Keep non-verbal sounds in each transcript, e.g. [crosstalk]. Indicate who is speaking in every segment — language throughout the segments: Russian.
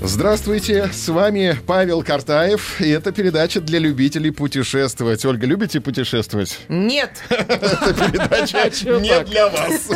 Speaker 1: Здравствуйте, с вами Павел Картаев, и это передача для любителей путешествовать. Ольга, любите путешествовать?
Speaker 2: Нет,
Speaker 1: Передача
Speaker 2: чё
Speaker 1: не
Speaker 2: так?
Speaker 1: для вас.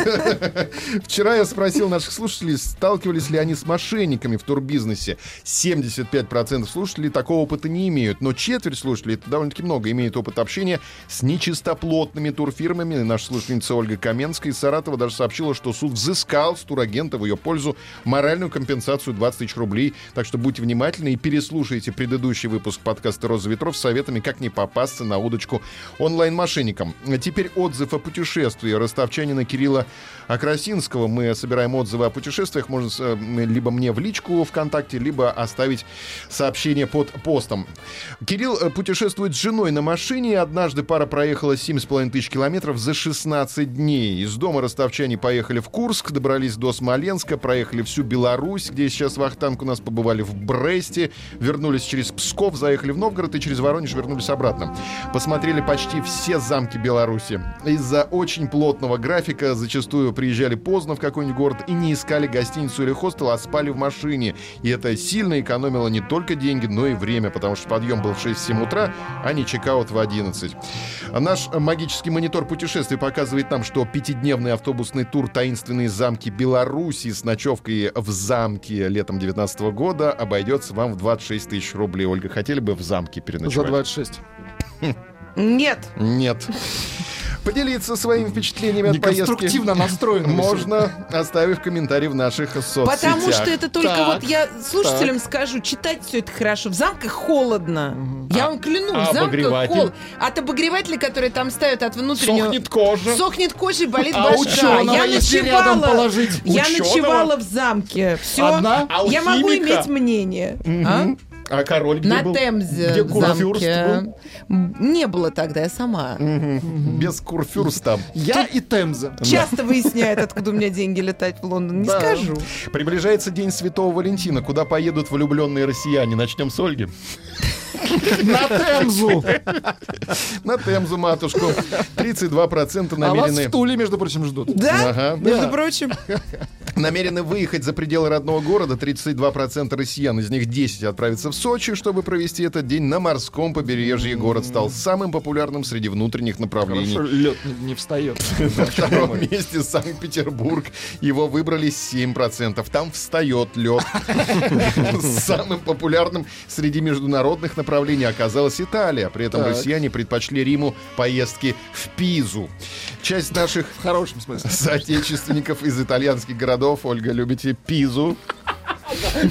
Speaker 1: Вчера я спросил наших слушателей, сталкивались ли они с мошенниками в турбизнесе. 75% слушателей такого опыта не имеют, но четверть слушателей, это довольно-таки много, имеет опыт общения с нечистоплотными турфирмами. Наша слушательница Ольга Каменская из Саратова даже сообщила, что суд взыскал с турагента в ее пользу моральную компенсацию 20 тысяч рублей. Так что будьте внимательны и переслушайте предыдущий выпуск подкаста «Роза ветров» с советами, как не попасться на удочку онлайн-мошенникам. Теперь отзыв о путешествии ростовчанина Кирилла Окрасинского. Мы собираем отзывы о путешествиях. Можно с- э, либо мне в личку ВКонтакте, либо оставить сообщение под постом. Кирилл э, путешествует с женой на машине. Однажды пара проехала 7,5 тысяч километров за 16 дней. Из дома ростовчане поехали в Курск, добрались до Смоленска, проехали всю Беларусь, где сейчас вахтанг у нас побывали в Бресте, вернулись через Псков, заехали в Новгород и через Воронеж вернулись обратно. Посмотрели почти все замки Беларуси. Из-за очень плотного графика зачастую приезжали поздно в какой-нибудь город и не искали гостиницу или хостел, а спали в машине. И это сильно экономило не только деньги, но и время, потому что подъем был в 6-7 утра, а не чекаут в 11. А Наш магический монитор путешествий показывает нам, что пятидневный автобусный тур «Таинственные замки Беларуси» с ночевкой в замке летом 2019 года обойдется вам в 26 тысяч рублей. Ольга, хотели бы в замке
Speaker 3: За
Speaker 1: переночевать?
Speaker 3: 26.
Speaker 2: нет.
Speaker 1: Нет. Поделиться своими впечатлениями от поездки [laughs]
Speaker 3: Неконструктивно настроен.
Speaker 1: можно, оставив комментарий в наших соцсетях.
Speaker 2: Потому что это только
Speaker 3: Так,
Speaker 2: вот я слушателям скажу, читать все это хорошо. В замках холодно. Я вам клянусь,
Speaker 3: а
Speaker 2: в замках
Speaker 3: обогреватель?
Speaker 2: холодно. От обогревателя, который там ставят от внутреннего...
Speaker 3: Сохнет кожа.
Speaker 2: Сохнет кожа и болит
Speaker 3: А
Speaker 2: башка.
Speaker 3: ученого,
Speaker 2: я
Speaker 3: если
Speaker 2: ночевала,
Speaker 3: рядом положить?
Speaker 2: Я
Speaker 3: Ученого?
Speaker 2: ночевала в замке. Все.
Speaker 3: Одна? А
Speaker 2: Я могу
Speaker 3: Алхимика?
Speaker 2: иметь мнение. а?
Speaker 3: А король где
Speaker 2: На
Speaker 3: был?
Speaker 2: Темзе
Speaker 3: Где
Speaker 2: в
Speaker 3: курфюрст
Speaker 2: замке.
Speaker 3: был?
Speaker 2: М, Не было тогда, я сама.
Speaker 1: Без курфюрста.
Speaker 3: Я
Speaker 1: [laughs]
Speaker 3: и Темза.
Speaker 2: Часто выясняет, откуда у меня деньги летать в Лондон. Не
Speaker 1: Да.
Speaker 2: скажу.
Speaker 1: Приближается День Святого Валентина. Куда поедут влюбленные россияне? Начнем с Ольги. [laughs]
Speaker 3: На Темзу. А
Speaker 1: На Темзу,
Speaker 2: [laughs]
Speaker 1: матушку. 32%
Speaker 3: А вас в
Speaker 1: намерены...
Speaker 3: Туле, между прочим, ждут.
Speaker 2: Да?
Speaker 1: Ага.
Speaker 2: Между
Speaker 3: Да.
Speaker 2: прочим.
Speaker 1: Намерены выехать за пределы родного города 32% россиян, из них 10 отправятся в Сочи, чтобы провести этот день на морском побережье. Город стал самым популярным среди внутренних направлений.
Speaker 3: Хорошо, лед не,
Speaker 1: [laughs]
Speaker 3: не встает.
Speaker 1: На втором месте Санкт-Петербург. Его выбрали 7%. Там встает лед. Самым популярным среди международных направлений оказалась Италия. При этом
Speaker 3: Так.
Speaker 1: россияне предпочли Риму поездки в Пизу. Часть наших
Speaker 3: В
Speaker 1: [laughs]
Speaker 3: хорошем смысле.
Speaker 1: соотечественников из итальянских городов. Ольга, любите Пизу?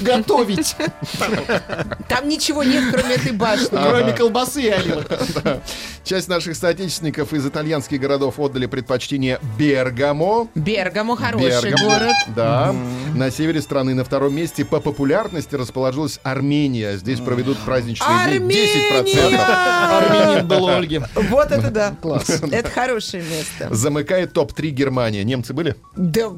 Speaker 3: Готовить,
Speaker 2: Там ничего нет, кроме этой башни.
Speaker 3: кроме колбасы а и оливок.
Speaker 1: [laughs] Часть наших соотечественников из итальянских городов отдали предпочтение Бергамо.
Speaker 2: Бергамо хороший
Speaker 1: Бергамо.
Speaker 2: город.
Speaker 1: Да. На севере страны на втором месте по популярности расположилась Армения. Здесь проведут праздничные дни 10%.
Speaker 2: Армения!
Speaker 3: Армянин был у Ольги.
Speaker 2: Вот это да. Класс. Это хорошее место.
Speaker 1: Замыкает топ-3 Германия. Немцы были?
Speaker 2: Да,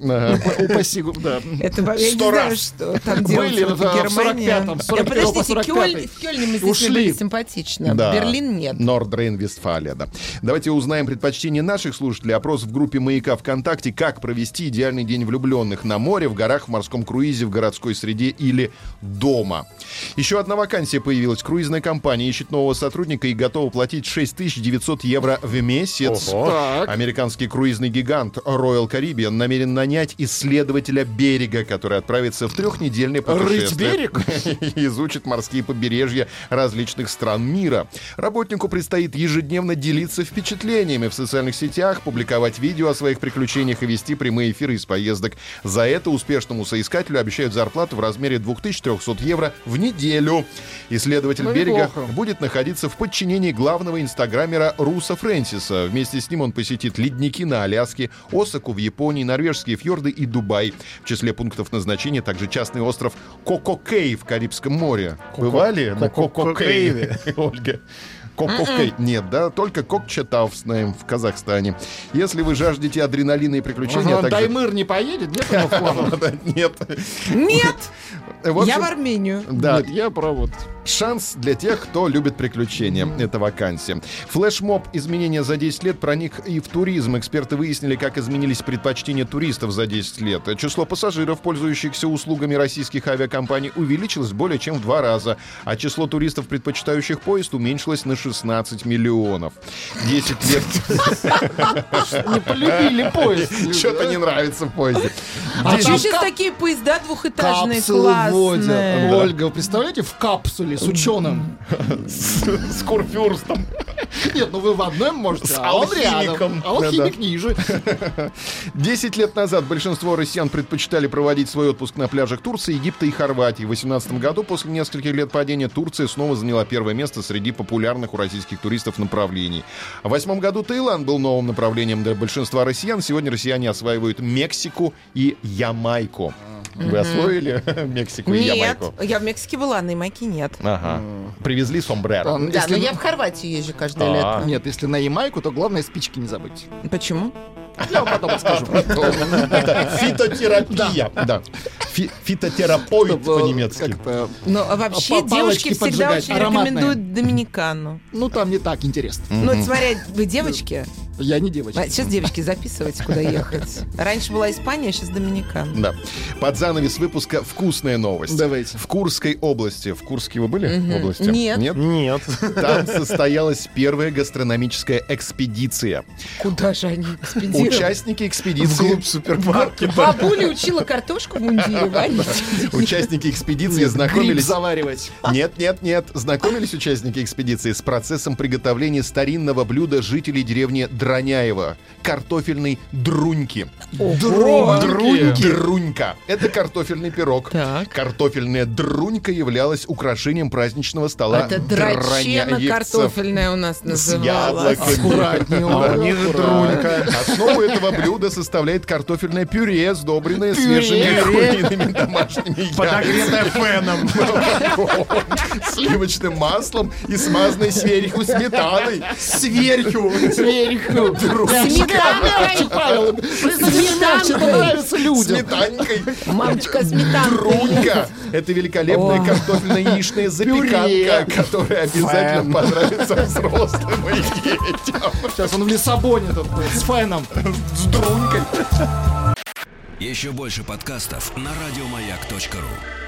Speaker 1: Ага.
Speaker 3: [laughs] Упаси, гу- да.
Speaker 2: это во- я не
Speaker 3: Сто
Speaker 2: знаю,
Speaker 3: раз.
Speaker 2: что там делать
Speaker 3: Были
Speaker 2: в
Speaker 3: в, а, в
Speaker 2: Германии.
Speaker 3: 45-м,
Speaker 2: Да, Подождите,
Speaker 3: 45-й.
Speaker 2: Кёльн- в Кёльне мы здесь не
Speaker 3: Ушли.
Speaker 2: были симпатично.
Speaker 1: Да.
Speaker 2: Берлин
Speaker 1: [laughs]
Speaker 2: нет.
Speaker 1: Нордрейн-Вестфалия, да. Давайте узнаем предпочтение наших слушателей. Опрос в группе «Маяка ВКонтакте». Как провести идеальный день влюбленных на море, в горах, в морском круизе, в городской среде или дома. Еще одна вакансия появилась. Круизная компания ищет нового сотрудника и готова платить 6900 евро в месяц.
Speaker 3: Так.
Speaker 1: Американский круизный гигант Royal Caribbean намерен нанять исследователя берега, который отправится в трехнедельное путешествие.
Speaker 3: Рыть берег?
Speaker 1: и [laughs] изучит морские побережья различных стран мира. Работнику предстоит ежедневно делиться впечатлениями в социальных сетях, публиковать видео о своих приключениях и вести прямые эфиры из поездок. За это успешному соискателю обещают зарплату в размере 2300 евро в неделю. Исследователь
Speaker 3: Ну,
Speaker 1: берега
Speaker 3: неплохо.
Speaker 1: будет находиться в подчинении главного инстаграмера Руса Фрэнсиса. Вместе с ним он посетит ледники на Аляске, Осаку в Японии, норвежские фьорды и Дубай. В числе пунктов назначения также частный остров Кококей в Карибском море. Бывали на Кококей? [laughs] Ольга. Коккокей нет, да, только Кокчетавснаем в Казахстане. Если вы жаждете адреналина и приключений, а
Speaker 3: Может, он
Speaker 1: также... [laughs]
Speaker 3: Даймыр не поедет? Нет ему в планах?
Speaker 1: Нет.
Speaker 2: Нет!
Speaker 1: В
Speaker 2: Я
Speaker 1: общем,
Speaker 2: в Армению.
Speaker 1: [laughs] Да,
Speaker 3: Нет, я про вот.
Speaker 1: Шанс для тех, кто любит приключения. Это вакансия. Флешмоб изменения за 10 лет проник и в туризм. Эксперты выяснили, как изменились предпочтения туристов за 10 лет. Число пассажиров, пользующихся услугами российских авиакомпаний, увеличилось более чем в два раза, а число туристов, предпочитающих поезд, уменьшилось на 16 миллионов. 10 [laughs] лет. [laughs]
Speaker 3: Не полюбили поезд.
Speaker 1: Что-то не нравится в поезде.
Speaker 3: А
Speaker 2: А что
Speaker 3: там
Speaker 2: сейчас
Speaker 3: кап-
Speaker 2: такие поезда двухэтажные,
Speaker 3: Капсулы
Speaker 2: классные?
Speaker 3: возят. Ольга, вы представляете, в капсуле с ученым.
Speaker 1: С курфюрстом.
Speaker 3: Нет, ну вы в одном можете,
Speaker 1: С
Speaker 3: а он рядом.
Speaker 1: алхимиком.
Speaker 3: А алхимик
Speaker 1: Да-да.
Speaker 3: ниже.
Speaker 1: Десять лет назад большинство россиян предпочитали проводить свой отпуск на пляжах Турции, Египта и Хорватии. В 2018 году, после нескольких лет падения, Турция снова заняла первое место среди популярных у российских туристов направлений. В восьмом году Таиланд был новым направлением для большинства россиян. Сегодня россияне осваивают Мексику и Ямайку. Вы освоили [laughs] Мексику и
Speaker 2: Нет,
Speaker 1: Ямайку?
Speaker 2: я в Мексике была, на Ямайке нет.
Speaker 1: Ага. Привезли сомбреро.
Speaker 3: Там,
Speaker 4: Да,
Speaker 3: если
Speaker 4: но
Speaker 3: на-
Speaker 4: я в Хорватию езжу каждое
Speaker 1: А.
Speaker 4: лето.
Speaker 3: Нет, если на Ямайку, то главное спички
Speaker 1: [laughs]
Speaker 3: не забыть.
Speaker 2: Почему?
Speaker 3: Я вам потом расскажу.
Speaker 1: Фитотерапия. Да. Фи- Фитотерапоид
Speaker 3: Чтобы
Speaker 1: по-немецки.
Speaker 3: Э, как-то-
Speaker 2: Ну, а вообще
Speaker 3: А по- палочки
Speaker 2: девушки всегда
Speaker 3: поджигать,
Speaker 2: очень
Speaker 3: ароматные.
Speaker 2: рекомендуют Доминикану.
Speaker 3: Ну, там не так интересно.
Speaker 2: Ну, это смотря, вы девочки?
Speaker 3: Я не
Speaker 2: А
Speaker 3: девочка.
Speaker 2: Сейчас, девочки, записывайте, куда ехать. Раньше была Испания, а сейчас Доминикан.
Speaker 1: Да. Под занавес выпуска вкусная новость.
Speaker 3: Давайте.
Speaker 1: В Курской области. В Курске вы были? В области?
Speaker 2: Нет.
Speaker 1: Нет.
Speaker 5: Нет.
Speaker 1: Там состоялась первая гастрономическая экспедиция.
Speaker 2: Куда же они экспедировали?
Speaker 1: Участники экспедиции...
Speaker 5: супермаркета.
Speaker 4: Бабуля учила картошку в мундире варить.
Speaker 1: Участники экспедиции
Speaker 3: Гриб
Speaker 1: знакомились...
Speaker 3: заваривать.
Speaker 1: Нет, нет, нет. Знакомились участники экспедиции с процессом приготовления старинного блюда жителей деревни Дроняева. Картофельной друньки. Друньки. Друнька. Это картофельный пирог.
Speaker 2: Так.
Speaker 1: Картофельная друнька являлась украшением праздничного стола
Speaker 2: Это драчена
Speaker 1: драняевцев.
Speaker 2: картофельная у нас называлась.
Speaker 1: яблоками.
Speaker 3: Аккуратнее.
Speaker 5: А у них
Speaker 3: Оля, аккуратнее.
Speaker 5: друнька.
Speaker 1: Основу этого блюда составляет картофельное пюре, сдобренное свежими куриными домашними
Speaker 5: Подогретая феном.
Speaker 1: яйцами, сливочным маслом и смазанной сверху сметаной. Сверху! [laughs]
Speaker 3: Сверху. Сметанка
Speaker 4: Сметанкой.
Speaker 3: нравится людям.
Speaker 1: Сметанкой.
Speaker 4: Мамочка, сметанка.
Speaker 1: Друнька. Это великолепная картофельно-яичная запеканка,
Speaker 3: Пюре.
Speaker 1: которая обязательно понравится взрослым и детям.
Speaker 3: Сейчас он в Лиссабоне тут будет, с феном.
Speaker 1: С друнькой.
Speaker 6: Еще больше подкастов на радиомаяк.ру.